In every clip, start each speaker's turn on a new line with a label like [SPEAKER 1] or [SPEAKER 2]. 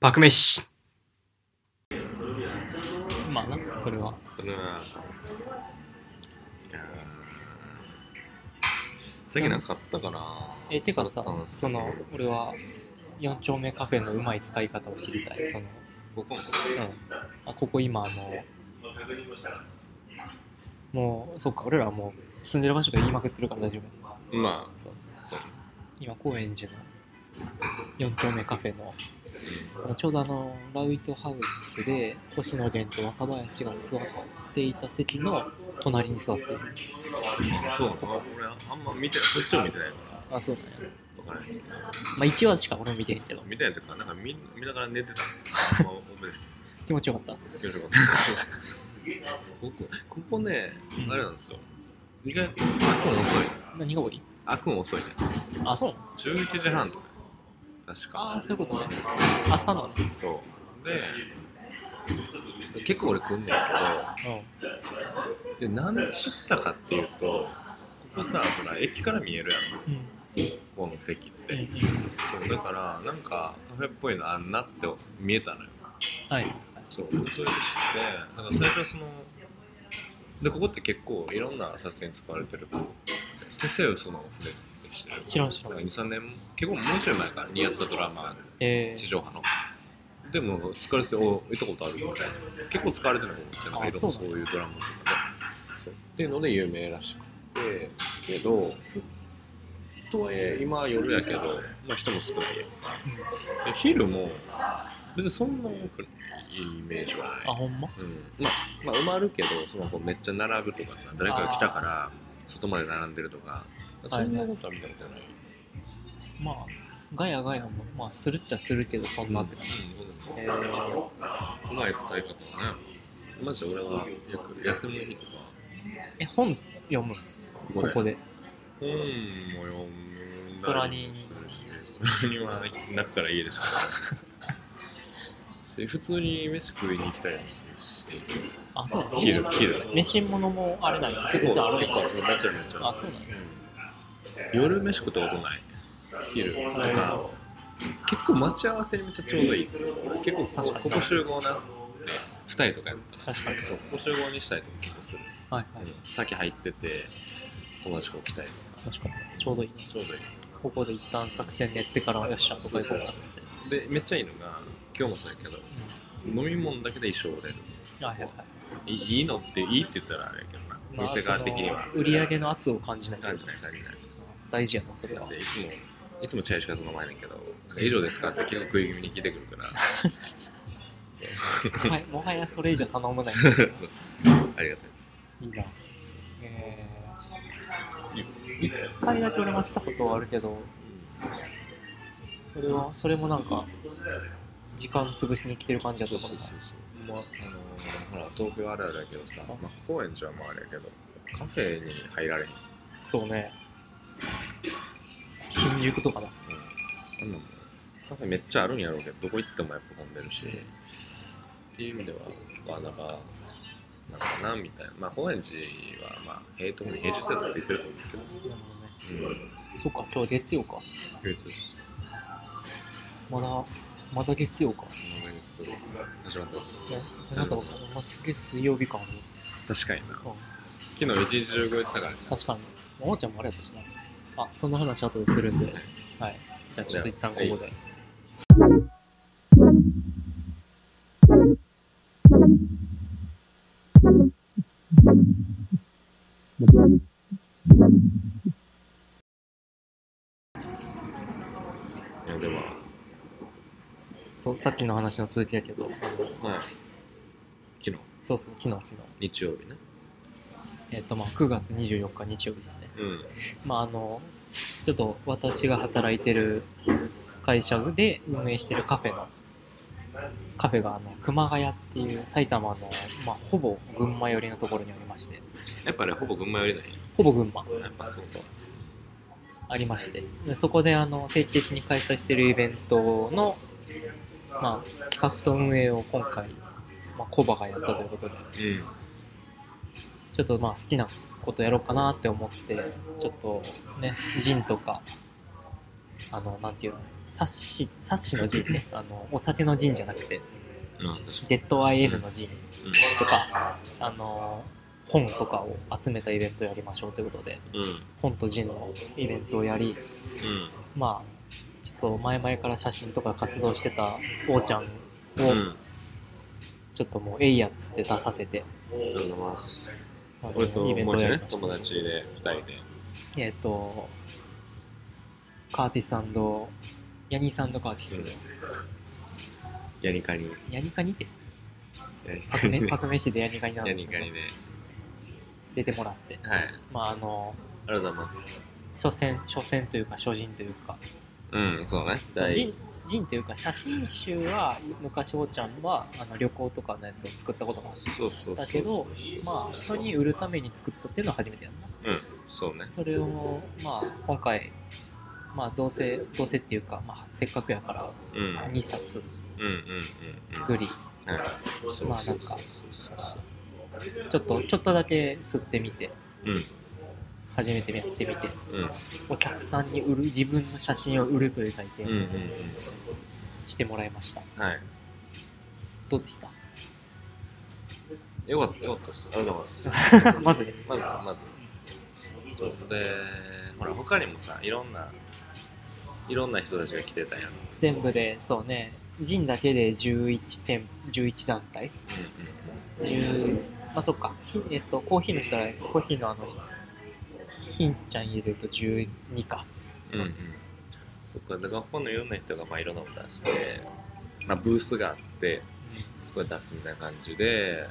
[SPEAKER 1] 爆飯。
[SPEAKER 2] まあな、それは。
[SPEAKER 3] それは、いやーさっきなんかあったかな。
[SPEAKER 2] え、てかさ
[SPEAKER 3] そうだったん、です
[SPEAKER 2] そ
[SPEAKER 3] けど
[SPEAKER 2] の、俺は、4丁目カフェのうまい使い方を知りたい。その、
[SPEAKER 3] 僕も
[SPEAKER 2] あここ今あのもうそっか俺らはもう住んでる場所が言いまくってるから大丈夫
[SPEAKER 3] ま
[SPEAKER 2] そう
[SPEAKER 3] あ、そう。
[SPEAKER 2] 今高円寺の4丁目カフェのあのちょうどあのライトハウスで星野源と若林が座っていた席の隣に座ってる
[SPEAKER 3] そうなの俺、あんま見てない。こっちを見てないか
[SPEAKER 2] あそうだね
[SPEAKER 3] ら、わからないです。
[SPEAKER 2] まあ1話しか俺も見てへんけど
[SPEAKER 3] 見てないとか、なんか見見ながら寝てた。あんま覚えてない
[SPEAKER 2] 気持ちよかった
[SPEAKER 3] よしよかった。僕、ここね、あれなんですよ。意外と、悪運遅い。
[SPEAKER 2] 何が多い
[SPEAKER 3] 悪運遅いね。
[SPEAKER 2] あそう
[SPEAKER 3] 11時半とか。確か。
[SPEAKER 2] ああそういうことね朝のね
[SPEAKER 3] そう。で、結構俺来んねんけ
[SPEAKER 2] う
[SPEAKER 3] ど、で、なんで知ったかっていうと、ここさ、ほら、駅から見えるやん、
[SPEAKER 2] んうん
[SPEAKER 3] ここの席っ
[SPEAKER 2] う
[SPEAKER 3] て。
[SPEAKER 2] んうん
[SPEAKER 3] そうだから、なんか、カフェっぽいのあんなって見えたのよ。
[SPEAKER 2] はい
[SPEAKER 3] そう。それで知って、なんか最初はその、で、ここって結構いろんな撮影に使われてると、テセウスの船って知ってる
[SPEAKER 2] 知らん知らん
[SPEAKER 3] なんか2、3年、結構もうちょい前から、にやってたドラマ
[SPEAKER 2] え
[SPEAKER 3] 地
[SPEAKER 2] ー、
[SPEAKER 3] 上波の。でも、使われてて、お行ったことあるみたいな。結構使われてるのって、なんか
[SPEAKER 2] あ
[SPEAKER 3] いろんな
[SPEAKER 2] そ
[SPEAKER 3] そうう
[SPEAKER 2] なん
[SPEAKER 3] いうドラマとかで。そうっていうので有名らしくて、けど、とはいえ、今は夜やけど、まあ人も少ないやんか。で昼も、別にそんな多くないイメージは
[SPEAKER 2] あ
[SPEAKER 3] ない。
[SPEAKER 2] ほんま
[SPEAKER 3] うん、まあ、まあ、埋まるけど、そのこうめっちゃ並ぶとかさ、誰かが来たから、外まで並んでるとか、そんなことは見たことない。
[SPEAKER 2] まあ、ガヤガヤも、まあ、するっちゃするけど、そんなって
[SPEAKER 3] う
[SPEAKER 2] 感じ。
[SPEAKER 3] んそうだ
[SPEAKER 2] え
[SPEAKER 3] ね
[SPEAKER 2] ー
[SPEAKER 3] うまい使い方だね。マジで俺はよく休みの日とか、
[SPEAKER 2] え、本読む
[SPEAKER 3] こ
[SPEAKER 2] ここで。
[SPEAKER 3] 本も読んだり
[SPEAKER 2] 空に
[SPEAKER 3] するし空には泣くから家でしか ない。普通に飯食いに行きたりもするし、
[SPEAKER 2] あ、そうなん
[SPEAKER 3] 昼、昼。
[SPEAKER 2] 飯物もあれなんや。結
[SPEAKER 3] 結
[SPEAKER 2] 構
[SPEAKER 3] 構、
[SPEAKER 2] あるん
[SPEAKER 3] 結
[SPEAKER 2] や
[SPEAKER 3] 構ある、めちゃめちゃ
[SPEAKER 2] あ、
[SPEAKER 3] ある。
[SPEAKER 2] そうなんや。
[SPEAKER 3] うん夜飯食ったことない。昼とか、結構待ち合わせにめっちゃちょうどいい。結構こ
[SPEAKER 2] 確か
[SPEAKER 3] こ
[SPEAKER 2] に
[SPEAKER 3] ここ集合なって、二人とかやったら。
[SPEAKER 2] 確かに。
[SPEAKER 3] そうここ集合にしたいとも結構する。
[SPEAKER 2] はいは
[SPEAKER 3] うん先入ってて友達こう来たりとか
[SPEAKER 2] い。確かに。ちょうどいいね。
[SPEAKER 3] ちょうどいい
[SPEAKER 2] ここで一旦作戦練ってから、よっしゃ、どこ行こうかっつって。
[SPEAKER 3] でめっちゃいいのが今日もそうやけど飲み物だけで衣装売れる
[SPEAKER 2] うんはいはいはい。
[SPEAKER 3] いいいのっていいって言ったらあれやけどな、
[SPEAKER 2] まあ
[SPEAKER 3] 店側的には
[SPEAKER 2] その売り上げの圧を感じないとい
[SPEAKER 3] 感
[SPEAKER 2] う
[SPEAKER 3] じ
[SPEAKER 2] か
[SPEAKER 3] ない感じない
[SPEAKER 2] 大事やな、それは。
[SPEAKER 3] でいつもいつもチャイしか頼まないけど「なんか以上ですか?」って結構食い気味に聞いてくるから
[SPEAKER 2] はい、もはやそれ以上頼 まない。
[SPEAKER 3] そうありがたい
[SPEAKER 2] いいな。えー、一回だけ俺もしたことはあるけど、それは、それもなんか、時間潰しに来てる感じだ
[SPEAKER 3] そ
[SPEAKER 2] と思
[SPEAKER 3] うそう
[SPEAKER 2] う
[SPEAKER 3] そ
[SPEAKER 2] な
[SPEAKER 3] うそうまああのーほら東京あるあるやけどさ、まあ、高円寺はまああれやけどカフェに入られへん
[SPEAKER 2] そうね。新宿とかだ。
[SPEAKER 3] うん、なんだろうカフェめっちゃあるんやろうけど、どこ行ってもやっぱ混んでるし、っていう意味では、まあなんか、なんかなみたいな、まあ、高円寺は、まあ、平特に平日やとついてると思
[SPEAKER 2] なるほどね。
[SPEAKER 3] うけど、うん、
[SPEAKER 2] そうか、今日月曜か。
[SPEAKER 3] 唯一です。
[SPEAKER 2] まだ、まだ月曜か。
[SPEAKER 3] 今月始まっ
[SPEAKER 2] いやなんか、お前すげえ水曜日感ある。
[SPEAKER 3] た。確かにな。
[SPEAKER 2] うん
[SPEAKER 3] 昨日一日中動いてたからじゃん。
[SPEAKER 2] 確かに。ももちゃんもあれやったしな。あ、その話後でするんで。はい。じゃあちょっと一旦ここで。
[SPEAKER 3] いや、でも、
[SPEAKER 2] そう、さっきの話の続きやけど、あの
[SPEAKER 3] まあ、昨日、
[SPEAKER 2] そうそう、昨日、昨日。
[SPEAKER 3] 日曜日ね。
[SPEAKER 2] えっ、と、まあ、9月24日日曜日ですね。
[SPEAKER 3] うん。
[SPEAKER 2] まあ、あの、ちょっと私が働いてる会社で運営してるカフェの、カフェがあの、熊谷っていう埼玉の、まあ、ほぼ群馬寄りのところにありまして、
[SPEAKER 3] やっぱね、ほぼ群馬よりない。
[SPEAKER 2] ほぼ群馬
[SPEAKER 3] やっぱそうそう。
[SPEAKER 2] ありまして、でそこであの、定期的に開催してるイベントの、まあ、企画と運営を今回、まあ、コバがやったということで、
[SPEAKER 3] うん。
[SPEAKER 2] ちょっとまあ好きなことやろうかなって思って、ちょっとね、ジンとか、あの、なんていうの、サッシ、サッシの陣ね。あの、お酒の陣じゃなくて、
[SPEAKER 3] あ確か
[SPEAKER 2] ZIL の陣
[SPEAKER 3] に
[SPEAKER 2] とか、あの、本とかを集めたイベントやりましょうということで、
[SPEAKER 3] うんうんうん
[SPEAKER 2] 本と陣のイベントをやり、まあ、ちょっと前々から写真とか活動してたおーちゃんを、
[SPEAKER 3] うん
[SPEAKER 2] ちょっともう、えいやっつって出させて、
[SPEAKER 3] ありがとうございます
[SPEAKER 2] あの
[SPEAKER 3] 俺ともう一人ね
[SPEAKER 2] ました
[SPEAKER 3] 友達で2人で
[SPEAKER 2] えっ、と、カーティスヤニーさんとカーティス。
[SPEAKER 3] ヤニカニ
[SPEAKER 2] ヤニカニって、
[SPEAKER 3] ヤニカ
[SPEAKER 2] 革 命
[SPEAKER 3] ニで
[SPEAKER 2] 革命誌でヤニカニなん
[SPEAKER 3] ヤ
[SPEAKER 2] で
[SPEAKER 3] ニ
[SPEAKER 2] す
[SPEAKER 3] カ
[SPEAKER 2] けど
[SPEAKER 3] ニ、で
[SPEAKER 2] 出てもらって。
[SPEAKER 3] はいあり
[SPEAKER 2] まあ、あの、
[SPEAKER 3] がとうございます
[SPEAKER 2] 初戦、初戦というか、初陣というか、
[SPEAKER 3] うんそうね第
[SPEAKER 2] 陣陣というか、写真集は、昔おーちゃんは、あの旅行とかのやつを作ったこともある
[SPEAKER 3] そうそうそう
[SPEAKER 2] だけど、まあ、人に売るために作ったっていうのは初めてやんな。
[SPEAKER 3] うんそうね
[SPEAKER 2] それを、まあ、今回、まあ、どうせ、どうせっていうか、まあ、せっかくやから、
[SPEAKER 3] うんうん
[SPEAKER 2] 2冊
[SPEAKER 3] うんうん
[SPEAKER 2] 作り、
[SPEAKER 3] うんはいそう
[SPEAKER 2] まあなんか
[SPEAKER 3] そうそうそうそう
[SPEAKER 2] ちょっと、ちょっとだけ吸ってみて、
[SPEAKER 3] うん
[SPEAKER 2] 初めてやってみて、
[SPEAKER 3] うん
[SPEAKER 2] お客さんに売る、自分の写真を売るという体
[SPEAKER 3] うんうん
[SPEAKER 2] 験してもらいました。
[SPEAKER 3] うんはい
[SPEAKER 2] どうでした
[SPEAKER 3] よかったよかったですありがとうござい ます
[SPEAKER 2] まずね、
[SPEAKER 3] まずまずそうでほら他にもさいろんないろんな人たちが来てたやん、うん
[SPEAKER 2] 全部で、そうね、陣だけで11点、11団体10まあそっか、ひえっと、コーヒーの人は、コーヒーのあの、ひんちゃん入れると12か。
[SPEAKER 3] うんうんうんそっかで学校のいろんな人がまあいろんなこと出して、まあ、ブースがあってそこで出すみたいな感じで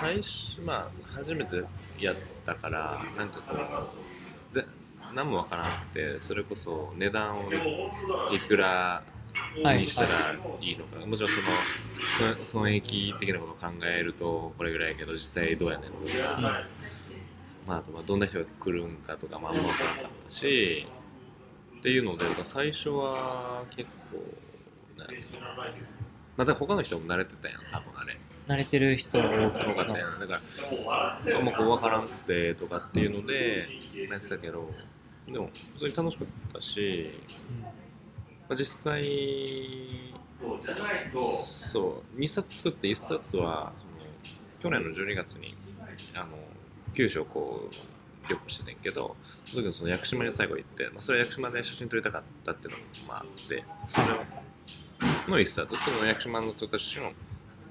[SPEAKER 3] 最初まあ初めてやったからなんかこうぜ何もわからなくてそれこそ値段をいくら
[SPEAKER 2] はい
[SPEAKER 3] にしたらいいのか、もちろんそのそ損益的なことを考えるとこれぐらいやけど実際どうやねんとか、まあ、あとまあどんな人が来るんかとかまああんま分からなかったしっていうのでなんか最初は結構なんやろなまた他の人も慣れてたやん多分あれ
[SPEAKER 2] 慣れてる人が多
[SPEAKER 3] 多か
[SPEAKER 2] かっ
[SPEAKER 3] っ
[SPEAKER 2] た
[SPEAKER 3] たや
[SPEAKER 2] よ
[SPEAKER 3] んだからあんまこう分からんくてとかっていうのでなってたけどでも普通に楽しかったしまあ、実際そう2冊作って1冊はその去年の12月にあの九州をこう旅行してねんけどその時にその屋久島に最後行って、まあ、それは屋久島で写真撮りたかったっていうのもまああってそれの1冊その屋久島の撮った写真を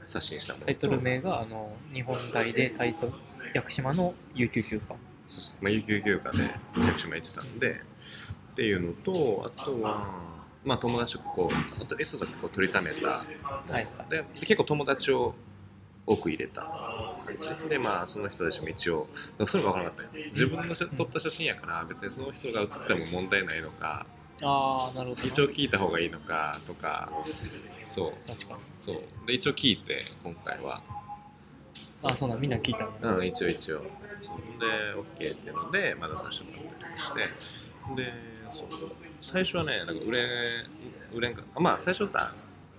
[SPEAKER 3] 刷新したもの
[SPEAKER 2] タイトル名が、あの、日本大でタイトル、屋久島の有給休暇。
[SPEAKER 3] そうそうまあ、有給休暇で屋久島行ってたんでっていうのとあとは、まあ、友達とこうあとエスとこう取りためた
[SPEAKER 2] いはい
[SPEAKER 3] で結構友達を多く入れた感じでまあその人たちも一応それも分からなかったよ自分の写撮った写真やから別にその人が写っても問題ないのか
[SPEAKER 2] ああ、なるほど。
[SPEAKER 3] 一応聞いた方がいいのかとかそう
[SPEAKER 2] 確かに。
[SPEAKER 3] そうで一応聞いて今回は
[SPEAKER 2] あ、そうだ、みんな聞いたんだ
[SPEAKER 3] うん、一応一応。そうで、OK っていうので、まだ出させてもらったりして、で、そう最初はね、なんか売れ、売れんか、あまあ最初さ、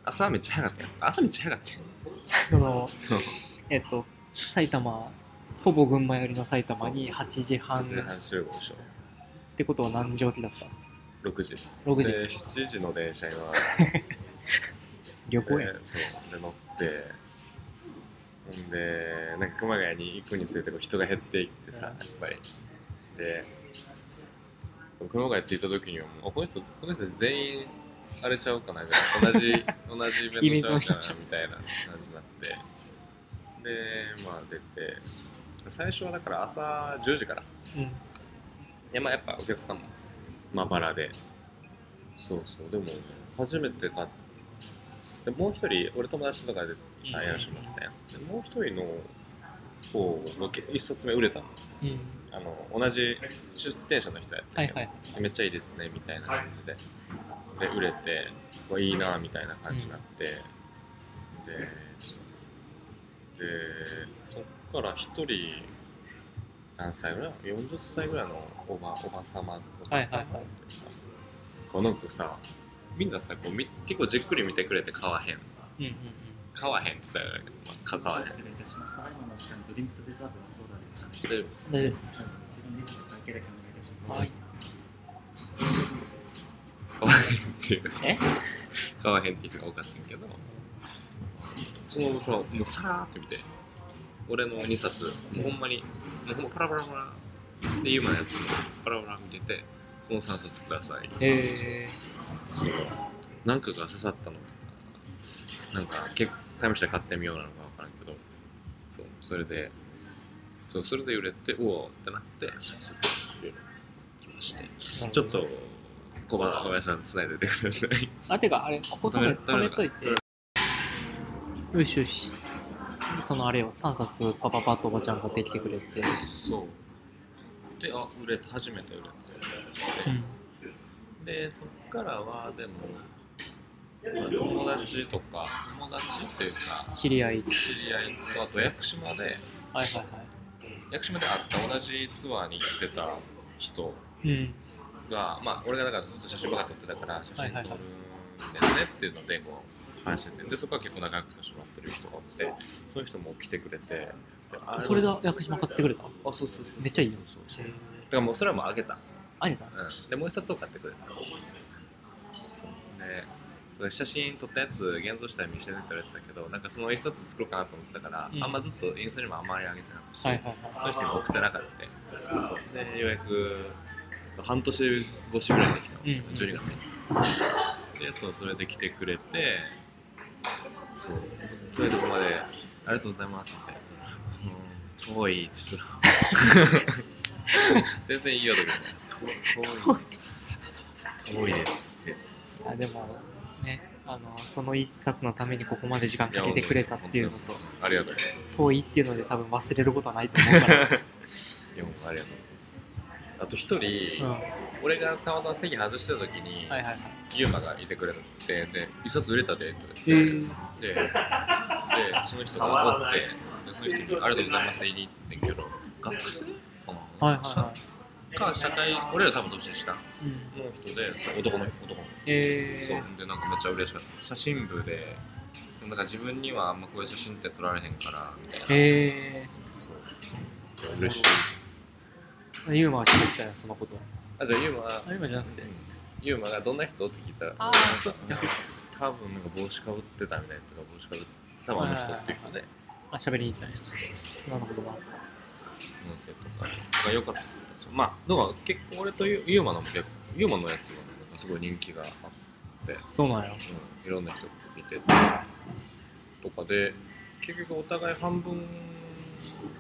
[SPEAKER 3] 朝めっちゃ早かったよ。朝めっちゃ早かったよ。
[SPEAKER 2] その、
[SPEAKER 3] そう。
[SPEAKER 2] えっと、埼玉、ほぼ群馬寄りの埼玉に8時半っ
[SPEAKER 3] 8時半集合でしょ。
[SPEAKER 2] てことは何時起きだった
[SPEAKER 3] 6時。
[SPEAKER 2] ?6
[SPEAKER 3] で、
[SPEAKER 2] 時。
[SPEAKER 3] 7時の電車に乗っ
[SPEAKER 2] 旅行
[SPEAKER 3] て、
[SPEAKER 2] やん。
[SPEAKER 3] そう、で乗って、ほんで、なんか熊谷に行くにつれてこう人が減っていってさ、やっぱり。で、熊谷着いた時にはもう、あこの人、この人全員、あれちゃうかな、じゃあ 同じ、同じイベントちゃうかな、みたいな感じになって。で、まあ出て、最初はだから朝10時から。
[SPEAKER 2] うん。
[SPEAKER 3] いや、まあやっぱお客さんもまばらで。そうそう、でも、初めて買って、もう一人、俺友達とかで採用しましたよ。でもう一人の方のけ一冊目売れたの。
[SPEAKER 2] うん。
[SPEAKER 3] あの、同じ出店者の人やった
[SPEAKER 2] は
[SPEAKER 3] ん
[SPEAKER 2] い
[SPEAKER 3] や
[SPEAKER 2] はい。
[SPEAKER 3] めっちゃいいですねみたいな感じで、で売れてこれいいなみたいな感じになって、ででそっから一人何歳ぐらい40歳ぐらいのおばおばさまおばさま
[SPEAKER 2] はいはいはい
[SPEAKER 3] この子さみんなさこうみ結構じっくり見てくれて買わへん
[SPEAKER 2] うんうんうん。
[SPEAKER 3] 買わへんって言ったら、まあ、買わへん
[SPEAKER 1] 失礼いたします。ただいまの時間ドリンクとデザートのソーダですかね。
[SPEAKER 3] 大丈夫です
[SPEAKER 2] 大丈夫です。
[SPEAKER 1] 次のレジの会計だけお願いいたします。
[SPEAKER 2] はい。
[SPEAKER 3] 買わへんっていう
[SPEAKER 2] え
[SPEAKER 3] 買わへんっていう人が多かったんやけどそのそのもうさらーって見て俺の2冊もうほんまにもうほんまパラパラパラでユーマのやつもパラパラ見ててこの3冊ください
[SPEAKER 2] え
[SPEAKER 3] そのなんかが刺さったのかなんか結構試して買ってみようなのかわからんけどそうそれでそうそれで売れておおってなってそうで来まして
[SPEAKER 2] ー、
[SPEAKER 3] ちょっと小林小林さんつないでてください
[SPEAKER 2] あ、てか、あれ、ここ止め
[SPEAKER 3] 止
[SPEAKER 2] 止
[SPEAKER 3] め
[SPEAKER 2] めといて。よしよし。そのあれを3冊パパパッとおばちゃん買ってきてくれて。
[SPEAKER 3] そうであ売れて初めて売れて
[SPEAKER 2] うん。
[SPEAKER 3] でそっからはでもまあ友達とか友達っていうか
[SPEAKER 2] 知り合い。
[SPEAKER 3] 知り合いとあと屋久島で
[SPEAKER 2] はいはいは
[SPEAKER 3] 屋久島で会った同じツアーに行ってた人
[SPEAKER 2] い。うん。
[SPEAKER 3] が、まあ、俺がだからずっと写真ばっか撮ってたから写真撮るん
[SPEAKER 2] はいはい
[SPEAKER 3] だよ
[SPEAKER 2] は
[SPEAKER 3] ねっていうのでこう話しててでそこは結構長くさせてもらってる人がおってその人も来てくれてであ
[SPEAKER 2] それが屋久島買ってくれた。
[SPEAKER 3] あそうそうそうそう
[SPEAKER 2] めっちゃいいよ
[SPEAKER 3] そうそうだからもうそれはもうあげた、
[SPEAKER 2] ありだ。
[SPEAKER 3] うん、でもう一冊を買ってくれたそうでそれ写真撮ったやつ現像したり見せてって言われてたけどなんかその一冊作ろうかなと思ってたから、
[SPEAKER 2] うん
[SPEAKER 3] あんまずっとインスタにもあんまりあげてなかったし、
[SPEAKER 2] はいはいはい。
[SPEAKER 3] その人にも送ってなかったそうでようやく半年越しぐらいに来たの、
[SPEAKER 2] うんうん
[SPEAKER 3] 12月にでそうそれで来てくれてそうそういうとこまで「ありがとうございます」みたいな「うん遠い」って言 ったら全然いいよとか遠いです遠いですって
[SPEAKER 2] あでも、ね、あの、その一冊のためにここまで時間かけてくれたっていうのと、
[SPEAKER 3] ありがとう
[SPEAKER 2] 遠いっていうので多分忘れることはないと思うから。
[SPEAKER 3] いやもうありがとうあと一 人、
[SPEAKER 2] うん。は
[SPEAKER 3] 俺がたまたま席外してた時に、
[SPEAKER 2] いはいはい。
[SPEAKER 3] ユーマがいてくれて、で、一冊売れたで、とか
[SPEAKER 2] え
[SPEAKER 3] 言って、
[SPEAKER 2] ー、
[SPEAKER 3] で、で、その人がおって、でその人に、ありがとうございますって言いに行ってんけど、学生かな
[SPEAKER 2] はいはいは
[SPEAKER 3] か、社会、俺ら多分年下の
[SPEAKER 2] い。うん。
[SPEAKER 3] 人で、そう男の男の
[SPEAKER 2] え
[SPEAKER 3] そう、で、なんかめっちゃ嬉しかった。写真部で、なんか自分にはあんまこういう写真って撮られへんから、みたい
[SPEAKER 2] ー、。
[SPEAKER 3] な
[SPEAKER 2] え
[SPEAKER 3] そう。嬉しい。
[SPEAKER 2] ー、ユーマは知ってたよ、そのこと。
[SPEAKER 3] あ、じゃあユーマ、
[SPEAKER 2] あ、ユーマじゃなくて。
[SPEAKER 3] ユーマがどんな人って聞いたら、
[SPEAKER 2] あーそう
[SPEAKER 3] なんか多分なんか帽子かぶってたみたいなとか、帽子かぶって、多分あの人っていう人で、
[SPEAKER 2] あ、喋りに行ったんです
[SPEAKER 3] そうそうそう。
[SPEAKER 2] なるほどな。
[SPEAKER 3] の手とかが良かったですよまあだから結構俺とユユーマのも結構ユーマのやつがなんかすごい人気があって、
[SPEAKER 2] そうなんや。
[SPEAKER 3] うん、いろんな人見ててとかで結局お互い半分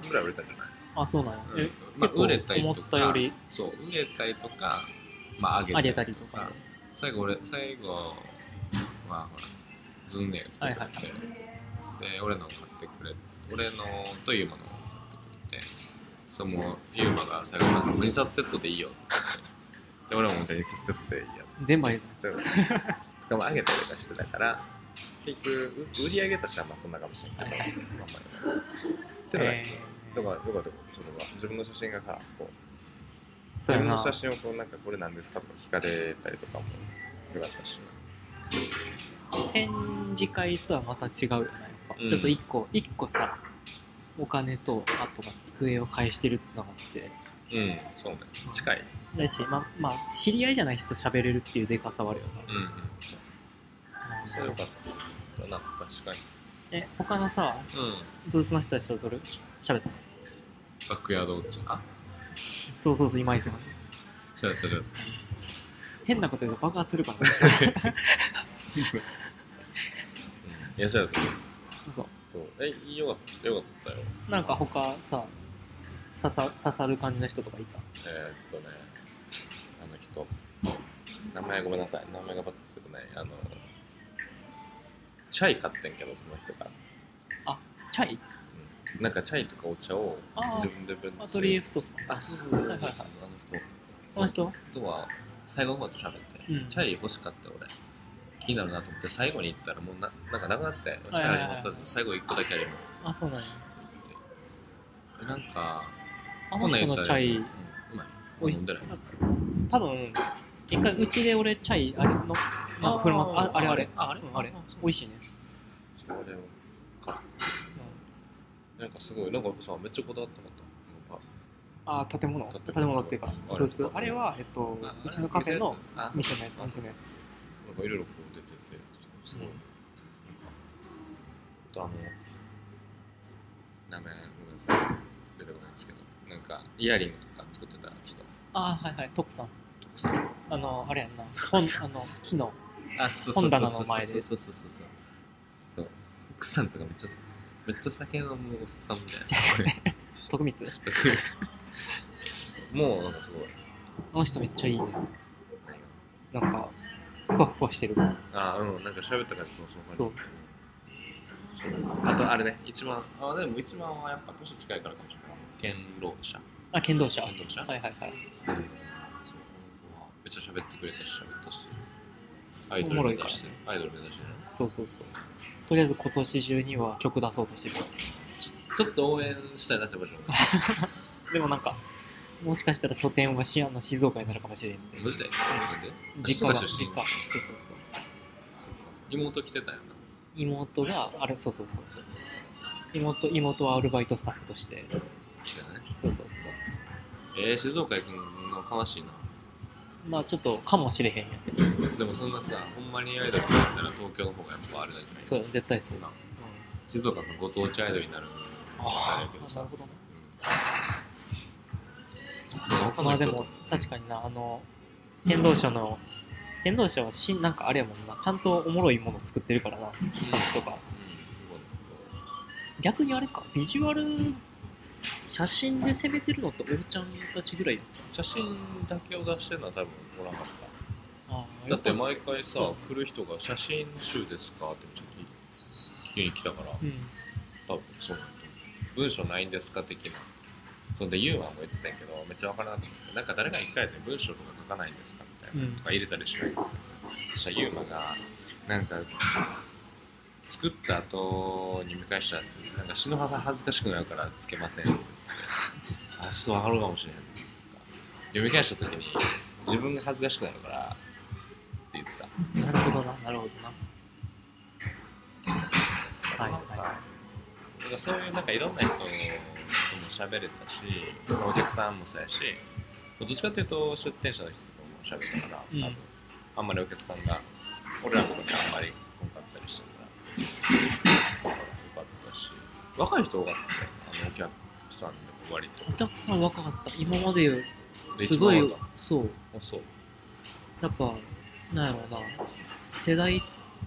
[SPEAKER 3] ぐらい売れたんじゃない、
[SPEAKER 2] あ、そうなんや。え、
[SPEAKER 3] うんまあ、
[SPEAKER 2] 結構
[SPEAKER 3] 売れたりと
[SPEAKER 2] 思
[SPEAKER 3] か
[SPEAKER 2] ったより
[SPEAKER 3] そう売れたりとかまあ上げた
[SPEAKER 2] 上
[SPEAKER 3] り
[SPEAKER 2] げ
[SPEAKER 3] とか
[SPEAKER 2] たりとか。
[SPEAKER 3] 最後俺最後はまあほらズンネが来てくれて、で俺のを買ってくれ俺のとユーマのを買ってくれてそのもうユーマが最後なんか2冊セットでいいよって言ってで俺も2冊セットでいいよ
[SPEAKER 2] 全部上げた。
[SPEAKER 3] 全部でも上げたりとかしてたから結局う売り上げとしてはまあそんなかもしれないけどまあまあだから、
[SPEAKER 2] えー
[SPEAKER 3] だからよかったそれは自分の写真がさこう
[SPEAKER 2] そうや
[SPEAKER 3] 自分の
[SPEAKER 2] な。
[SPEAKER 3] 写真をこうなんかこれなんですかとか聞かれたりとかもよかったし
[SPEAKER 2] 展示会とはまた違うよね。やっぱ
[SPEAKER 3] うん
[SPEAKER 2] ちょっと一個、一個さ、お金と、あとは机を返してるってのがあって。
[SPEAKER 3] うん、そうね。近い。
[SPEAKER 2] だし、ま、まあ、知り合いじゃない人と喋れるっていうでかさはあるよ
[SPEAKER 3] うん、うん。
[SPEAKER 2] な。
[SPEAKER 3] それよかった。なんか近い。
[SPEAKER 2] え、他のさ、
[SPEAKER 3] うん。
[SPEAKER 2] ブースの人たちとどれ喋った
[SPEAKER 3] バックヤードウォッチャー。
[SPEAKER 2] そうそうそう、今井さん。
[SPEAKER 3] そうやったそうやっ
[SPEAKER 2] 変なこと言うと爆発するからね。
[SPEAKER 3] た。いや、そうやった。
[SPEAKER 2] そう。
[SPEAKER 3] そう。え、よかった。よかったよ。
[SPEAKER 2] なんか他さ、刺さ刺さる感じの人とかい
[SPEAKER 3] えー、っとね、あの人。名前ごめんなさい。名前がパッと出てこない。あの、チャイ買ってんけど、その人が。
[SPEAKER 2] たチャイ
[SPEAKER 3] うんなんかチャイとかお茶を
[SPEAKER 2] あー
[SPEAKER 3] 自分で分
[SPEAKER 2] アトリエフトさん。
[SPEAKER 3] あ、そうそうそうそう。
[SPEAKER 2] はいはいはい
[SPEAKER 3] あの人。
[SPEAKER 2] この人
[SPEAKER 3] あとは最後の方と喋って、
[SPEAKER 2] うん
[SPEAKER 3] チャイ欲しかった俺気になるなと思って最後に行ったらもうななんかなくなってて「チ
[SPEAKER 2] はい
[SPEAKER 3] ャ
[SPEAKER 2] はい
[SPEAKER 3] イ
[SPEAKER 2] はい
[SPEAKER 3] ありますか?」最後1個だけあります
[SPEAKER 2] あ、そうなんや。
[SPEAKER 3] ってえなんか
[SPEAKER 2] あの人
[SPEAKER 3] 言
[SPEAKER 2] のチャ
[SPEAKER 3] う
[SPEAKER 2] イ
[SPEAKER 3] ん、うまい
[SPEAKER 2] おい
[SPEAKER 3] 飲んでない
[SPEAKER 2] 多分、一回うちで俺チャイ、あれの、なんか振る舞っああれあれ、
[SPEAKER 3] ああれ
[SPEAKER 2] うんあれ、美味しいね。
[SPEAKER 3] それをかなんかすごいなんかさめっちゃこだわってなかったなんか
[SPEAKER 2] あー建物
[SPEAKER 3] 建
[SPEAKER 2] 建
[SPEAKER 3] 物
[SPEAKER 2] 物っていうか
[SPEAKER 3] あれ
[SPEAKER 2] ブースあれは、えっと、うちのカフェの
[SPEAKER 3] あなんか
[SPEAKER 2] 店のやつ店のやつ
[SPEAKER 3] いろいろこう出ててすごい、あとあの名前ごめんなさい出てこないんですけどなんかイヤリングとか作ってた人
[SPEAKER 2] ああはいはい徳さん
[SPEAKER 3] 徳さん
[SPEAKER 2] あのあれやんな本あの木の
[SPEAKER 3] あそう
[SPEAKER 2] 本棚の前で
[SPEAKER 3] そうそうそうそうそうそう徳さんとかめっちゃめっちゃ酒飲むおっさんみたいな
[SPEAKER 2] 徳光
[SPEAKER 3] もうなんかすごい
[SPEAKER 2] あの人めっちゃいいねなんかふわふわしてるから
[SPEAKER 3] あうんなんか喋った感じそうそう
[SPEAKER 2] そう
[SPEAKER 3] あとあれね一番あでも一番はやっぱ年近いからかもしれない堅労者
[SPEAKER 2] あ剣道者は
[SPEAKER 3] 堅
[SPEAKER 2] い
[SPEAKER 3] 労者
[SPEAKER 2] はいはい
[SPEAKER 3] そうめっちゃ喋ってくれたし喋ったしアイドル目指してるアイドル目指してる
[SPEAKER 2] そうそうそうとりあえず今年中には曲出そうとしてる
[SPEAKER 3] ちょちょっと応援したいなって場所
[SPEAKER 2] でもなんかもしかしたら拠点はしあの静岡になるかもしれん
[SPEAKER 3] マジでなんで
[SPEAKER 2] 実家が
[SPEAKER 3] 静岡出
[SPEAKER 2] 実
[SPEAKER 3] 身
[SPEAKER 2] 家そうそうそう
[SPEAKER 3] そっか妹来てたよな
[SPEAKER 2] 妹があれそうそうそうそう妹妹はアルバイトスタッフとして
[SPEAKER 3] 来てね
[SPEAKER 2] そうそうそう
[SPEAKER 3] えー、静岡行くの悲しいな
[SPEAKER 2] まあちょっとかもしれへんやけど
[SPEAKER 3] でもそんなさほんまにアイドルになったら東京の方がやっぱあれだじゃない
[SPEAKER 2] そうよ絶対そうだ、
[SPEAKER 3] な
[SPEAKER 2] うん、
[SPEAKER 3] 静岡さんご当地アイドルになるあれ
[SPEAKER 2] あ
[SPEAKER 3] やけど
[SPEAKER 2] あ
[SPEAKER 3] さ
[SPEAKER 2] なるほどね
[SPEAKER 3] うん
[SPEAKER 2] まあでも確かになあの剣道者の剣道者はしなんかあれやもんなちゃんとおもろいもの作ってるからな冊子とか逆にあれかビジュアル写真で攻めてるのっておちゃんたちぐらいだ
[SPEAKER 3] 写真だけを出してるのは多分おらなかった
[SPEAKER 2] ああ
[SPEAKER 3] だって
[SPEAKER 2] うん
[SPEAKER 3] 毎回さ来る人が「写真集ですか?」ってめっちゃ聞きに来たから多分そうなんだと思う文章ないんですか的なそんでユーマンも言ってたんやけどめっちゃわからなかったなんか誰が一回で文章とか書かないんですかみたいな、
[SPEAKER 2] うん
[SPEAKER 3] とか入れたりしないんですよそしたらユーマがなんか作った後に見返したらすなんか篠原恥ずかしくなるからつけませんって言ってたあちょっとわかるかもしれへん読み返した時に自分が恥ずかしくなるからって言ってた
[SPEAKER 2] なるほど ななるほどなはいは
[SPEAKER 3] なんかそういうなんかいろんな人とも喋れたし、お客さんもそうやし、どっちかっていうと出店者の人とも喋ったから、
[SPEAKER 2] うん
[SPEAKER 3] 多分あんまりお客さんが、俺らのことにあんまり来なかったりしてるから、よかったし、若い人多かったね、あのお客さんでも割
[SPEAKER 2] いお客さん若かった今までより
[SPEAKER 3] と。です
[SPEAKER 2] ごい
[SPEAKER 3] 一番多
[SPEAKER 2] よ
[SPEAKER 3] かっ
[SPEAKER 2] そう
[SPEAKER 3] たあそう。
[SPEAKER 2] やっぱなんやろうな世代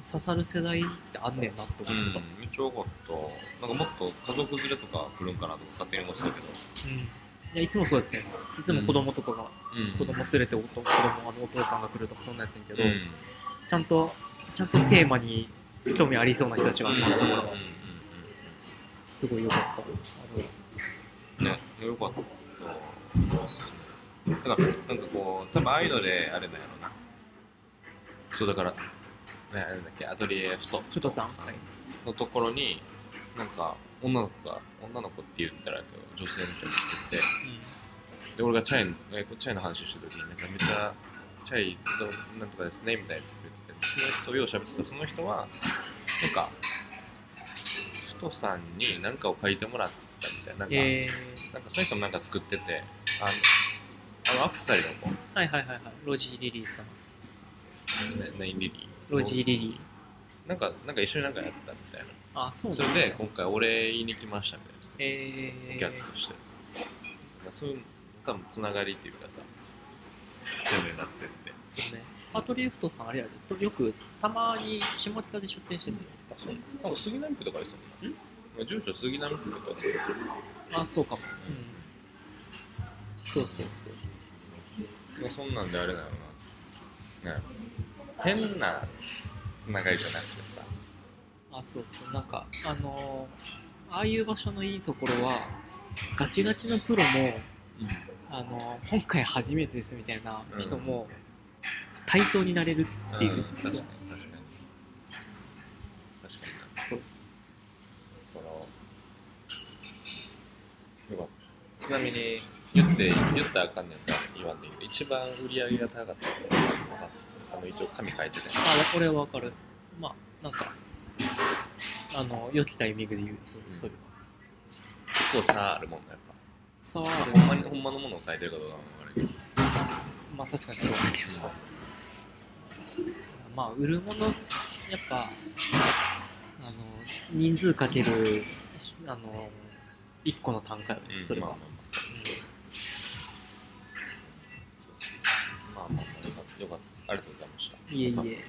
[SPEAKER 2] 刺さる世代ってあんねんなって
[SPEAKER 3] う
[SPEAKER 2] 思
[SPEAKER 3] ん
[SPEAKER 2] った、、
[SPEAKER 3] めっちゃ多かった。なんかもっと家族連れとか来るんかなとか勝手に思ってたけど、
[SPEAKER 2] うんいやいつもそうやってんいつも子供とかが、
[SPEAKER 3] うん
[SPEAKER 2] 子供連れておと子供あのお父さんが来るとかそんなんやってんけ
[SPEAKER 3] う
[SPEAKER 2] ど、
[SPEAKER 3] ん。
[SPEAKER 2] ちゃんとちゃんとテーマに興味ありそうな人たちが集まってたから、
[SPEAKER 3] うんうんうんうん
[SPEAKER 2] すごい良かったあの
[SPEAKER 3] ね、よかった。だから、なんかこう、多分ああいうので、あれなんやろうな。そうだから、ね、あれだっけ、アトリエフト
[SPEAKER 2] ふとさんはい
[SPEAKER 3] のところに、なんか、女の子が、女の子って言ったらあれだけど、女性の人が来てて、で、俺がチャイの、えこうチャイの話してる時に、なんかめっちゃ、チャイとなんとかですね、みたいなこと言ってて、その人をよう喋ってた、その人は、なんか、ふとさんに何かを書いてもらったみたいな、なんか、
[SPEAKER 2] え
[SPEAKER 3] なんかそういう人もなんか作ってて、あの、あのアクセサリーの
[SPEAKER 2] ー、はいはいはいはいロジー・リリーさん
[SPEAKER 3] 子、ねナインリリー。
[SPEAKER 2] ロジー・リリー
[SPEAKER 3] なんか、なんか一緒になんかやったみたいな。
[SPEAKER 2] あそうなん
[SPEAKER 3] そ
[SPEAKER 2] だ
[SPEAKER 3] れで、今回お礼言いに来ましたみたいなですね。
[SPEAKER 2] えー、
[SPEAKER 3] ギャッとして。まあ、そういう、多分つながりっていうかさ、そういうのになってって。
[SPEAKER 2] そうねアトリエフトさんあれやでよくたまに下北で出店してる
[SPEAKER 3] あ、そうなんか杉並区とかですもんね。ん住所杉並区とかですよ
[SPEAKER 2] あそうかも、うん、そうそう
[SPEAKER 3] まあそんなんであれなのな。ね変なつながりじゃなくてさ。
[SPEAKER 2] そうあそうそうなんかあのーああいう場所のいいところはガチガチのプロもあのー今回初めてですみたいな人も対等になれるっていう、
[SPEAKER 3] うん確か
[SPEAKER 2] そう
[SPEAKER 3] に確かに確か
[SPEAKER 2] そう
[SPEAKER 3] になだからよかったちなみに言って言ったらあかんねんか言わんでいいけど一番売り上げが高かったのはあの一応紙書いてて
[SPEAKER 2] あ俺はわかるまあなんかあの良きタイミングで言うそう
[SPEAKER 3] うん
[SPEAKER 2] それ
[SPEAKER 3] 結構差あるもんねやっぱ
[SPEAKER 2] 差はある
[SPEAKER 3] ほんまにほんまのものを書いてるかどうかもあれけど
[SPEAKER 2] まあ確かにそうだけどまあ売るものやっぱあの人数かけるしあの1個の単価よねそれは、
[SPEAKER 3] まあまあまあまあまあまあよかったよかったありがとうございました
[SPEAKER 2] いえいえ
[SPEAKER 3] お誘みいた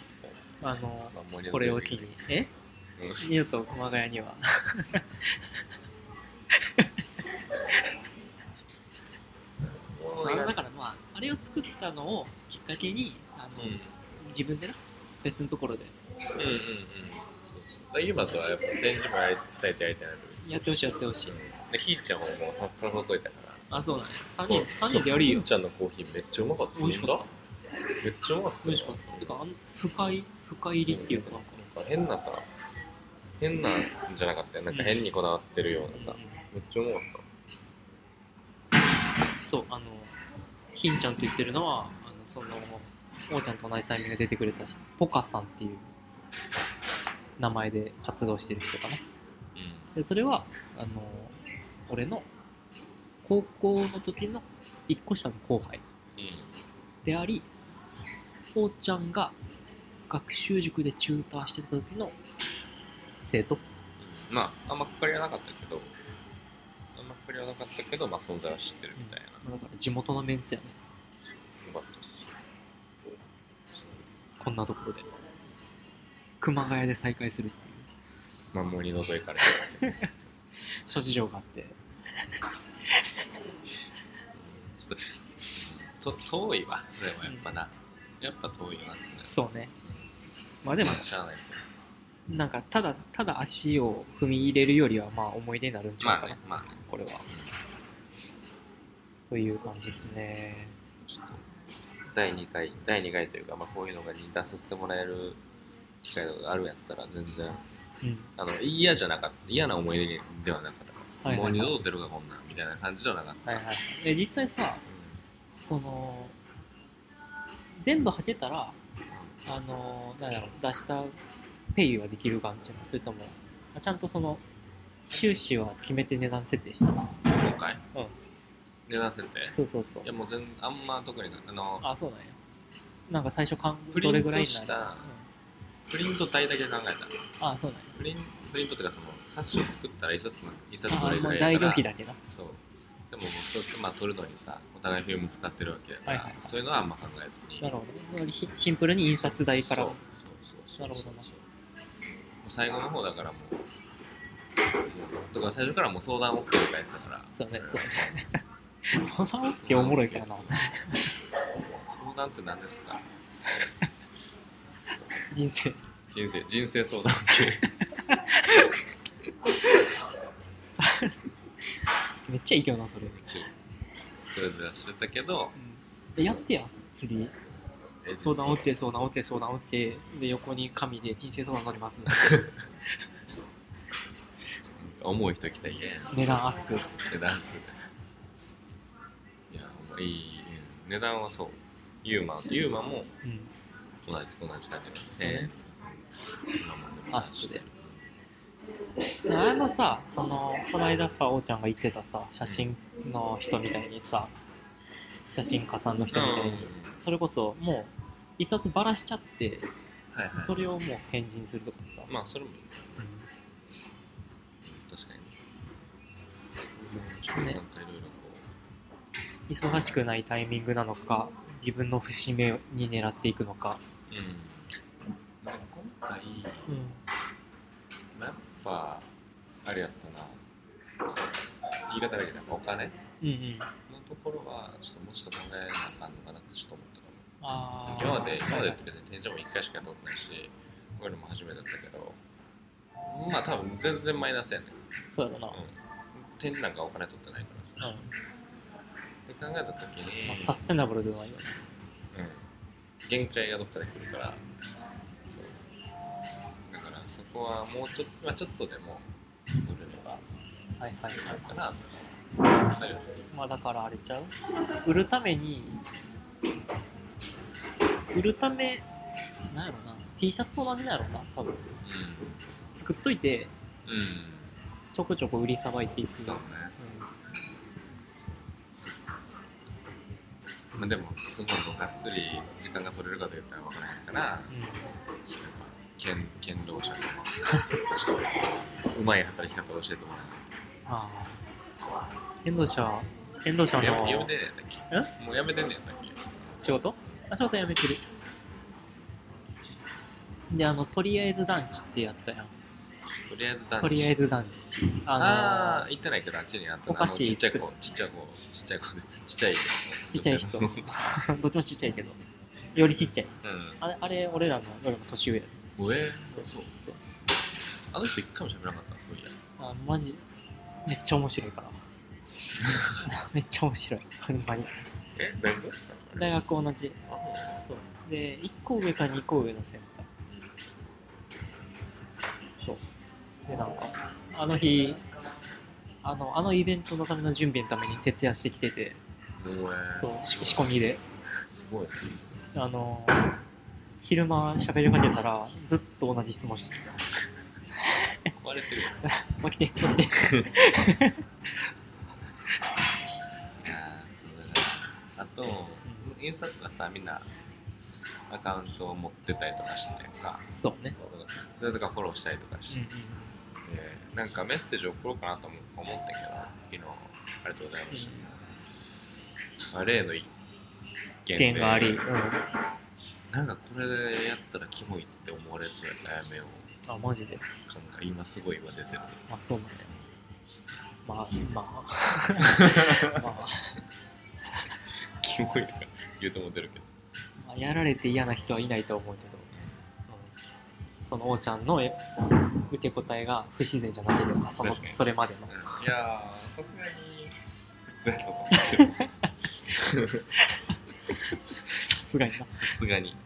[SPEAKER 2] うん
[SPEAKER 3] だ
[SPEAKER 2] あの
[SPEAKER 3] きまあ
[SPEAKER 2] これを機にえ
[SPEAKER 3] うん
[SPEAKER 2] 二度と熊谷にはそうだからまああれを作ったのをきっかけにあ
[SPEAKER 3] う
[SPEAKER 2] の、
[SPEAKER 3] んうんうん
[SPEAKER 2] 自分でな別のところで
[SPEAKER 3] うんそうそう今とはやっぱ展示もやりたいとやりたいなと
[SPEAKER 2] やってほしいやってほしい
[SPEAKER 3] でひーちゃんももうさ誘っといたから
[SPEAKER 2] あそうなんや3人三人でやる
[SPEAKER 3] ひ
[SPEAKER 2] よ
[SPEAKER 3] ーちゃんのコーヒーめっちゃうまかった
[SPEAKER 2] 美味しかった
[SPEAKER 3] めっちゃうまかった
[SPEAKER 2] 美味しかった。てか、あん深い、深入りっていうか、なんか、
[SPEAKER 3] なんか変なさ変なんじゃなかったよなんか変にこだわってるようなさ、めっちゃうまかった
[SPEAKER 2] そう、あの、ひんちゃんって言ってるのは、あの、その、おーちゃんと同じタイミングで出てくれた人、ポカさんっていう名前で活動してる人かな。
[SPEAKER 3] う
[SPEAKER 2] で、それは、あの、俺の高校の時の一個下の後輩
[SPEAKER 3] んうん
[SPEAKER 2] であり、おーちゃんが学習塾でチューターしてた時の生徒。
[SPEAKER 3] まあ、あんま関わりはなかったけど、あんま関わりはなかったけど、まあ、存在は知ってるみたいな。
[SPEAKER 2] だから地元のメンツやね。
[SPEAKER 3] よかったです
[SPEAKER 2] こんなところで。熊谷で再会するっていう
[SPEAKER 3] まあ、もう二度と行かれてない。
[SPEAKER 2] 諸事情があって。
[SPEAKER 3] ちょっ と、と遠いわ、それはやっぱな。やっぱ遠いよなってね。
[SPEAKER 2] そうね。まあでも、
[SPEAKER 3] しゃあないけ
[SPEAKER 2] なんかただ、ただ足を踏み入れるよりは、まあ思い出になるん
[SPEAKER 3] ど。
[SPEAKER 2] ちゃうか
[SPEAKER 3] まあ
[SPEAKER 2] な、
[SPEAKER 3] ね、まあね。
[SPEAKER 2] これは。という感じですね。
[SPEAKER 3] ちょっと、第2回、第2回というか、まあ、こういうのがに出させてもらえる機会があるんやったら、全然、
[SPEAKER 2] うん。
[SPEAKER 3] あの、嫌じゃなかった、嫌な思い出ではなかった。
[SPEAKER 2] はい
[SPEAKER 3] も
[SPEAKER 2] は
[SPEAKER 3] う
[SPEAKER 2] いはい
[SPEAKER 3] 二度と出るか、こんなん、みたいな感じじゃなかった。
[SPEAKER 2] はいはい。え、実際さ、その、全部はけたら、あの、なんだろう、出したペイはできる感じなのそれとも、あちゃんとその、収支は決めて値段設定したんです。
[SPEAKER 3] 今回、
[SPEAKER 2] うん
[SPEAKER 3] 値段設定
[SPEAKER 2] そうそうそう
[SPEAKER 3] いや。もう全あんま特になあの
[SPEAKER 2] あ、そうなんや。なんか最初かん、
[SPEAKER 3] プリ
[SPEAKER 2] どれ
[SPEAKER 3] ン
[SPEAKER 2] ぐらい
[SPEAKER 3] ト
[SPEAKER 2] にな
[SPEAKER 3] し
[SPEAKER 2] る
[SPEAKER 3] た
[SPEAKER 2] う
[SPEAKER 3] プリント体だけ考えた
[SPEAKER 2] んあ、そうなんや。
[SPEAKER 3] プリンプリントっていうかその冊子を作ったら一冊の一冊ど
[SPEAKER 2] あ
[SPEAKER 3] れぐ
[SPEAKER 2] まあ
[SPEAKER 3] らいから
[SPEAKER 2] 材料費だけな。
[SPEAKER 3] そうでももうそれまあ取るのにさお互いフィルム使ってるわけだか
[SPEAKER 2] はい
[SPEAKER 3] ら、
[SPEAKER 2] はいはい
[SPEAKER 3] そういうのはあんま考えずに
[SPEAKER 2] なるほど。シシンプルに印刷代から
[SPEAKER 3] そう。そうそうそう
[SPEAKER 2] なるほどな
[SPEAKER 3] そうもう最後の方だからもうもうとか最初からもう相談 OK って書いてたから
[SPEAKER 2] そうね、そう ね。そんなオッケーおもろいからな。
[SPEAKER 3] 相談って何ですか
[SPEAKER 2] 人生。
[SPEAKER 3] 人生人生相談系
[SPEAKER 2] さめっちゃいいけどな、それ。う
[SPEAKER 3] それで知ってたけど
[SPEAKER 2] んでやってや、次。相談 OK、相談 OK、相談 OK。で、横に紙で人生相談乗ります。
[SPEAKER 3] 重い人来たら嫌や
[SPEAKER 2] 値段アスク。うん。
[SPEAKER 3] 値段するいやほんまいい値段はそうユーマユーマも同じ同じ感じだよね
[SPEAKER 2] アスクでであのさそのこの間さおーちゃんが言ってたさ写真の人みたいにさ写真家さんの人
[SPEAKER 3] うん
[SPEAKER 2] みたいに、それこそもう一冊ばらしちゃって
[SPEAKER 3] はいはい
[SPEAKER 2] それをもう展示にするとかさ、
[SPEAKER 3] まあそれもいい確かにちょっとなんかいろいろこ
[SPEAKER 2] 忙しくないタイミングなのか自分の節目に狙っていくのか、
[SPEAKER 3] ううんまあ今回やっぱあれやったな言い方だけどやっぱお金
[SPEAKER 2] うんうん
[SPEAKER 3] のところはちょっともうちょっと考えなあかんのかなってちょっと思ったかも
[SPEAKER 2] あー
[SPEAKER 3] 今まで、今までって別に展示も1回しかやったことないし、こういうのも初めてだったけど、まあ多分全然マイナスやね、
[SPEAKER 2] そうやろな、うん
[SPEAKER 3] うん。展示なんかお金取ってないからさ。って考えたときに、
[SPEAKER 2] まあ、サステナブルではないよね
[SPEAKER 3] うん、限界がどっかで来るから、そう。だからそこはもうちょっと、まあ、ちょっとでも取れれば
[SPEAKER 2] はいはい
[SPEAKER 3] いい
[SPEAKER 2] はい
[SPEAKER 3] のかなと思ったりはする。
[SPEAKER 2] まあだからあれちゃう売るために売るためなんやろな T シャツと同じなんやろな多分作っといて
[SPEAKER 3] うん。うん。
[SPEAKER 2] ちょこちょこ売りさばいていく
[SPEAKER 3] そうね。
[SPEAKER 2] う
[SPEAKER 3] そうまあ、でもすごいこうがっつり時間が取れるかといったら分からないからちょっとやっぱ剣剣道 者のちょっとうまい働き方を教えてもら
[SPEAKER 2] ああ遠藤社遠藤社
[SPEAKER 3] えないやめやめ
[SPEAKER 2] の
[SPEAKER 3] てんねやったっけもうやめてんねやったっけ
[SPEAKER 2] 仕事あ仕事辞めてるであのとりあえず団地ってやったやん
[SPEAKER 3] とりあえず団地
[SPEAKER 2] とりあえず団地あの
[SPEAKER 3] ああー行ってないけどあっちにあった
[SPEAKER 2] お菓子
[SPEAKER 3] あのちっちゃい子ちっちゃい子ちっちゃい子ですちっちゃい
[SPEAKER 2] ちっちゃい人
[SPEAKER 3] う
[SPEAKER 2] どっちもちっちゃいけどよりちっちゃい
[SPEAKER 3] ん
[SPEAKER 2] あれあれ俺らの俺らの年上や
[SPEAKER 3] 上
[SPEAKER 2] そうそうそう
[SPEAKER 3] あの人一回も喋らなかったそういや
[SPEAKER 2] あマジめっちゃ面白い からめっちゃ面白いほんまに
[SPEAKER 3] え大学
[SPEAKER 2] 大学同じ
[SPEAKER 3] あ
[SPEAKER 2] そうで1個上か2個上の先輩そうでなんかあの日あのあのイベントのための準備のために徹夜してきてて
[SPEAKER 3] うん上
[SPEAKER 2] そうし仕込みです
[SPEAKER 3] ごい
[SPEAKER 2] あの昼間喋りかけたらずっと同じ質問してた
[SPEAKER 3] 壊れてるやつ
[SPEAKER 2] 起きて起きて
[SPEAKER 3] いやーそうだなあとインスタとかさみんなアカウントを持ってたりとかしてたりとか
[SPEAKER 2] そうね
[SPEAKER 3] そうだからそれとかフォローしたりとかして、でなんかメッセージ送ろうかなと思思ってんけど、昨日、ありがとうございました。まあ例の一件で
[SPEAKER 2] 点があり、うん、
[SPEAKER 3] なんかこれでやったらキモいって思われそうや悩めを
[SPEAKER 2] あマジで
[SPEAKER 3] 感が今すごい今出てる。
[SPEAKER 2] まあそうなんだよまあまあ まあ
[SPEAKER 3] キモいとか言うと思ってるけど。
[SPEAKER 2] まあやられて嫌な人はいないと思うけど、うん、そのおーちゃんのえ受け答えが不自然じゃなければその
[SPEAKER 3] 確かに
[SPEAKER 2] それまでの
[SPEAKER 3] うんいやー、さすがに普通やと思うけど、
[SPEAKER 2] さすがにな
[SPEAKER 3] さすがに。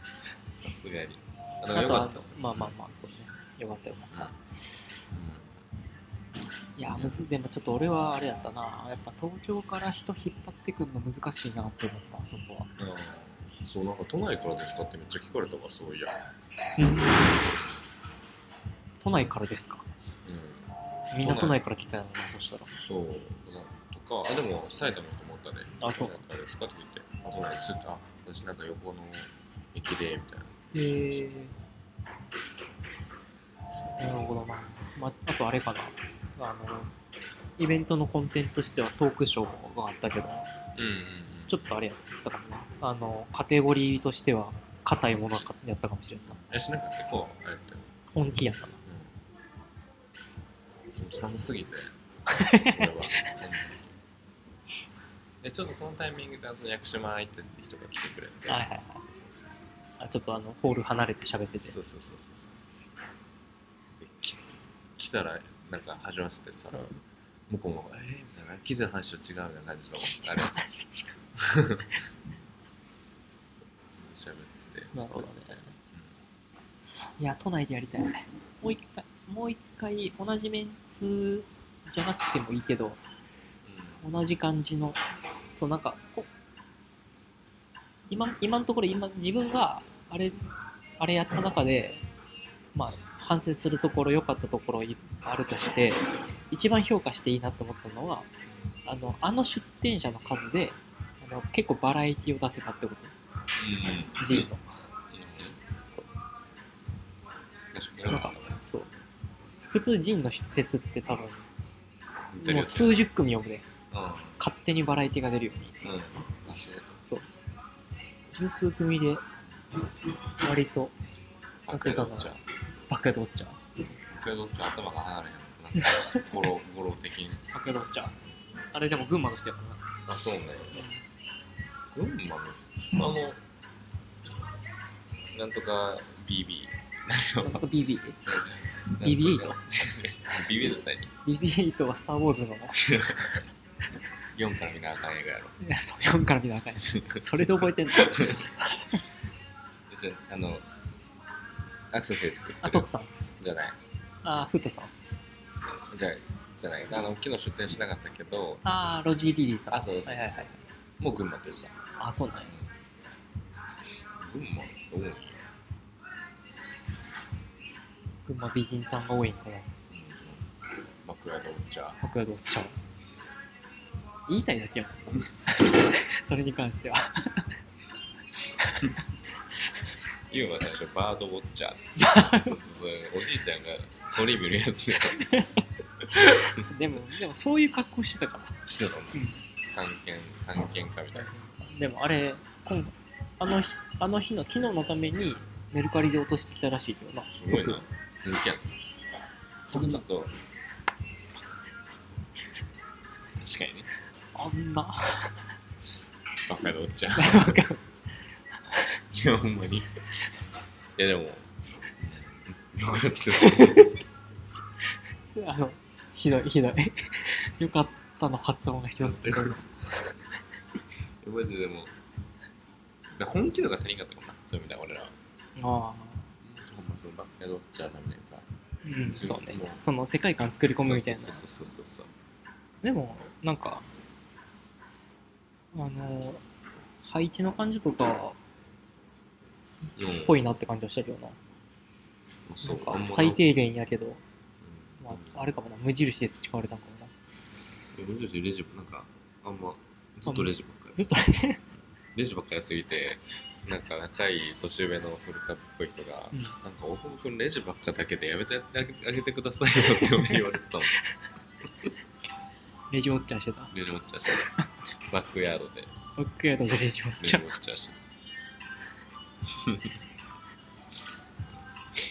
[SPEAKER 3] さすがに。あの、
[SPEAKER 2] あ
[SPEAKER 3] よ
[SPEAKER 2] と
[SPEAKER 3] か
[SPEAKER 2] は
[SPEAKER 3] ったっすよ。
[SPEAKER 2] まあまあまあそうねよかったよかった、いや
[SPEAKER 3] うん
[SPEAKER 2] むずでもちょっと俺はあれやったなやっぱ東京から人引っ張ってくるの難しいなって思ったあそこは
[SPEAKER 3] うんそう、なんか都内からですかってめっちゃ聞かれたから、そういや。
[SPEAKER 2] 都内からですか
[SPEAKER 3] うん
[SPEAKER 2] みんな
[SPEAKER 3] 都
[SPEAKER 2] 都
[SPEAKER 3] 内
[SPEAKER 2] 内から来たよなそしたら
[SPEAKER 3] そう、なんとか、あ、でも埼玉だと思ったね。
[SPEAKER 2] あそう
[SPEAKER 3] なんかあれですかって言って、あ、そうなんですって、あ、私なんか横の駅で、みたいな。
[SPEAKER 2] へえなるほどな、まあ、あとあれかなあのイベントのコンテンツとしてはトークショーがあったけど
[SPEAKER 3] うんうん、
[SPEAKER 2] ちょっとあれやったかもなあのカテゴリーとしては硬いものがやったかもしれんない
[SPEAKER 3] え、しなくて、こう、あれって、
[SPEAKER 2] 本気やったな
[SPEAKER 3] うん。その寒すぎて、俺は、その時。で、ちょっとそのタイミングで、その屋久島行ってって人が来てくれて。
[SPEAKER 2] はいはいはい
[SPEAKER 3] そうそうそうそう。
[SPEAKER 2] あちょっとあのホール離れて喋 ってて
[SPEAKER 3] そうそうそうそうそうでき来たらなんか始まってたら、向こうも「えー?」みたいな聞いてる話と違うみたいな感じのあれ喋って
[SPEAKER 2] なるほどね。いや、都内でやりたい。もう一回、もう一回、同じメンツじゃなくてもいいけど、同じ感じの、そう、なんか、こ今、今のところ、今、自分が、あれ、あれやった中で、まあ、反省するところ、良かったところいあるとして、一番評価していいなと思ったのは、あの、あの出店者の数で、あの結構バラエティを出せたってこと。
[SPEAKER 3] うんうんうん
[SPEAKER 2] G の。そう
[SPEAKER 3] 確かになんか
[SPEAKER 2] そう。普通ジンのフェスって多分、もう
[SPEAKER 3] 似てるよね
[SPEAKER 2] 数十組呼ぶで、
[SPEAKER 3] うん
[SPEAKER 2] 勝手にバラエティが出るように、
[SPEAKER 3] うん
[SPEAKER 2] 十数組で、割と
[SPEAKER 3] あ
[SPEAKER 2] 出せたの
[SPEAKER 3] じゃ
[SPEAKER 2] は、バカドッチャー。
[SPEAKER 3] あどっち頭が離れへんなんか語呂語呂的に
[SPEAKER 2] バカドッチャー。あれでも群馬の人やか
[SPEAKER 3] あそうね
[SPEAKER 2] ら
[SPEAKER 3] 群馬のあのなんとか BB
[SPEAKER 2] な。なんか BB。
[SPEAKER 3] BB8
[SPEAKER 2] BB8
[SPEAKER 3] BB8 何
[SPEAKER 2] BB8 はスター・ウォーズ の、
[SPEAKER 3] 4から見なあかん映画やろ
[SPEAKER 2] いや、そう、4から見なあかんやつ。それで覚え てんの
[SPEAKER 3] じゃああのアクセサリー作ってる
[SPEAKER 2] あ、徳さん。
[SPEAKER 3] じゃない
[SPEAKER 2] あ、フテさん。
[SPEAKER 3] じゃあじゃないあの昨日出店しなかったけど
[SPEAKER 2] あ、ロジー・リリーさん。
[SPEAKER 3] あそうそうそう
[SPEAKER 2] はいはいはい。
[SPEAKER 3] もう群馬でした
[SPEAKER 2] あ、そうなんや。
[SPEAKER 3] 群馬どう
[SPEAKER 2] 群馬美人さんが多いんかな。
[SPEAKER 3] バックヤードお茶
[SPEAKER 2] バカドッチャー。言いたいだけよ それに関しては
[SPEAKER 3] ユウは最初バードウォッチャーってそうそうそうおじいちゃんが鳥見るやつ
[SPEAKER 2] でもでもそういう格好してたから
[SPEAKER 3] してたの探検探検家みたいな
[SPEAKER 2] でもあれ今あの日あの日の昨日のためにメルカリで落としてきたらしいけどな
[SPEAKER 3] すごいな人気やなそこちょっと確かにね
[SPEAKER 2] あんな
[SPEAKER 3] バカのおっちゃん
[SPEAKER 2] わかんない
[SPEAKER 3] いやほんまにいやでもよかった
[SPEAKER 2] あの、ひどい、 ひどい。よかったの発音が一つ という
[SPEAKER 3] マジででもだから本気度が足りんかったかもなそういう意味では俺らは
[SPEAKER 2] ああ、
[SPEAKER 3] ほんまそのバカのおっちゃんさんみたいなさ
[SPEAKER 2] うん、そうね。その世界観作り込むみたいな
[SPEAKER 3] そ。うそうそうそうそう
[SPEAKER 2] でも、なんか、あの、配置の感じとか、
[SPEAKER 3] そううん
[SPEAKER 2] ぽいなって感じはしたけどな。
[SPEAKER 3] そう
[SPEAKER 2] な
[SPEAKER 3] あん
[SPEAKER 2] ん
[SPEAKER 3] ま
[SPEAKER 2] か、最低限やけど、
[SPEAKER 3] うん
[SPEAKER 2] まあ、あれかもな、無印で培われたんかもな。
[SPEAKER 3] いや無印レジもなんかあんまずっとレジばっかり
[SPEAKER 2] ずっとね、
[SPEAKER 3] レジばっかりすぎてなんか仲いい年上の古株っぽい人が
[SPEAKER 2] うん
[SPEAKER 3] 「なんか大久保君レジばっかだけでやめてあげてくださいよ」って言われてたもん
[SPEAKER 2] レジウォッチャーしてた。
[SPEAKER 3] レジウォッチャーしてバックヤードでレ
[SPEAKER 2] バックヤードでレジウォッ
[SPEAKER 3] ジ
[SPEAKER 2] チ
[SPEAKER 3] ウ
[SPEAKER 2] ャ
[SPEAKER 3] ォッチャーして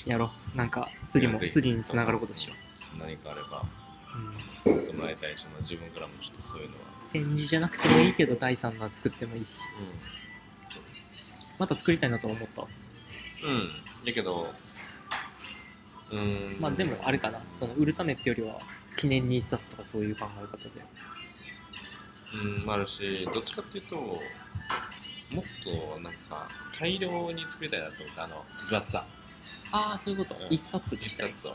[SPEAKER 2] ーやろう。なんか、次も、次につながることしよ
[SPEAKER 3] 何かあれ
[SPEAKER 2] う。
[SPEAKER 3] ば
[SPEAKER 2] うん
[SPEAKER 3] やってもらいたいし、まあ、自分からもちょっとそういうのは、
[SPEAKER 2] 展示じゃなくてもいいけど、第3弾作ってもいいし。また作りたいなと思った。
[SPEAKER 3] うん、うん、だけどうーん
[SPEAKER 2] まあでもあれかな、その売るためってよりは、記念に一冊とかそういう考え方で。
[SPEAKER 3] うん、もあるし、どっちかっていうと、もっとなんか、大量に作りたいなと思って、あの、分厚さ、
[SPEAKER 2] ああ、そういうこと
[SPEAKER 3] うん。
[SPEAKER 2] 一冊に
[SPEAKER 3] 一
[SPEAKER 2] したい。
[SPEAKER 3] 冊を。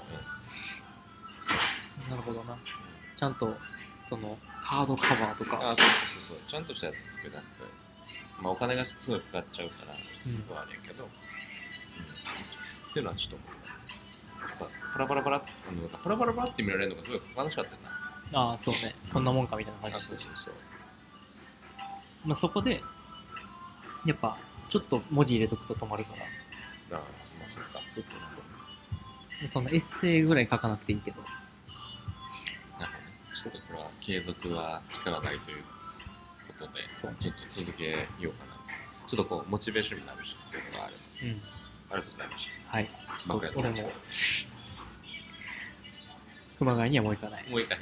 [SPEAKER 2] なるほどな。ちゃんと、その、ハードカバーと
[SPEAKER 3] あ
[SPEAKER 2] か。
[SPEAKER 3] あー、そうそうそうそう、ちゃんとしたやつ作りたくて、まあ、お金がすごいかかっちゃうから、そこはあれやけど、うんっていうのはちょっと思ってたやっぱパラパラパラあのなんかパラパラパラって見られるのがすごい楽しかったよな。
[SPEAKER 2] ああ、そうね。こんなもんかみたいな感じ
[SPEAKER 3] あ
[SPEAKER 2] で
[SPEAKER 3] そう
[SPEAKER 2] す
[SPEAKER 3] そうそう。
[SPEAKER 2] まあそこで、やっぱ、ちょっと文字入れとくと止まるから。
[SPEAKER 3] あーまあ、そうか。そうか。
[SPEAKER 2] そのエッセイぐらい書かなくていいけど。
[SPEAKER 3] なるほどね。ちょっとこれは継続は力なりということで、
[SPEAKER 2] そう
[SPEAKER 3] ちょっと続けようかな。ちょっとこう、モチベーションになるし、っていうのがあれ
[SPEAKER 2] う
[SPEAKER 3] ば。
[SPEAKER 2] ん。
[SPEAKER 3] ありがとうございまし
[SPEAKER 2] はい。ちょっと俺
[SPEAKER 3] 僕や
[SPEAKER 2] も
[SPEAKER 3] って、
[SPEAKER 2] 熊谷にはもう行かない
[SPEAKER 3] た。。もう行かへん。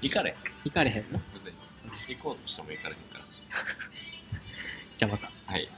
[SPEAKER 3] 行かれへん。
[SPEAKER 2] 行かれへんの
[SPEAKER 3] 別に行こうとしても行かれへんから。
[SPEAKER 2] じゃあまた。
[SPEAKER 3] はい。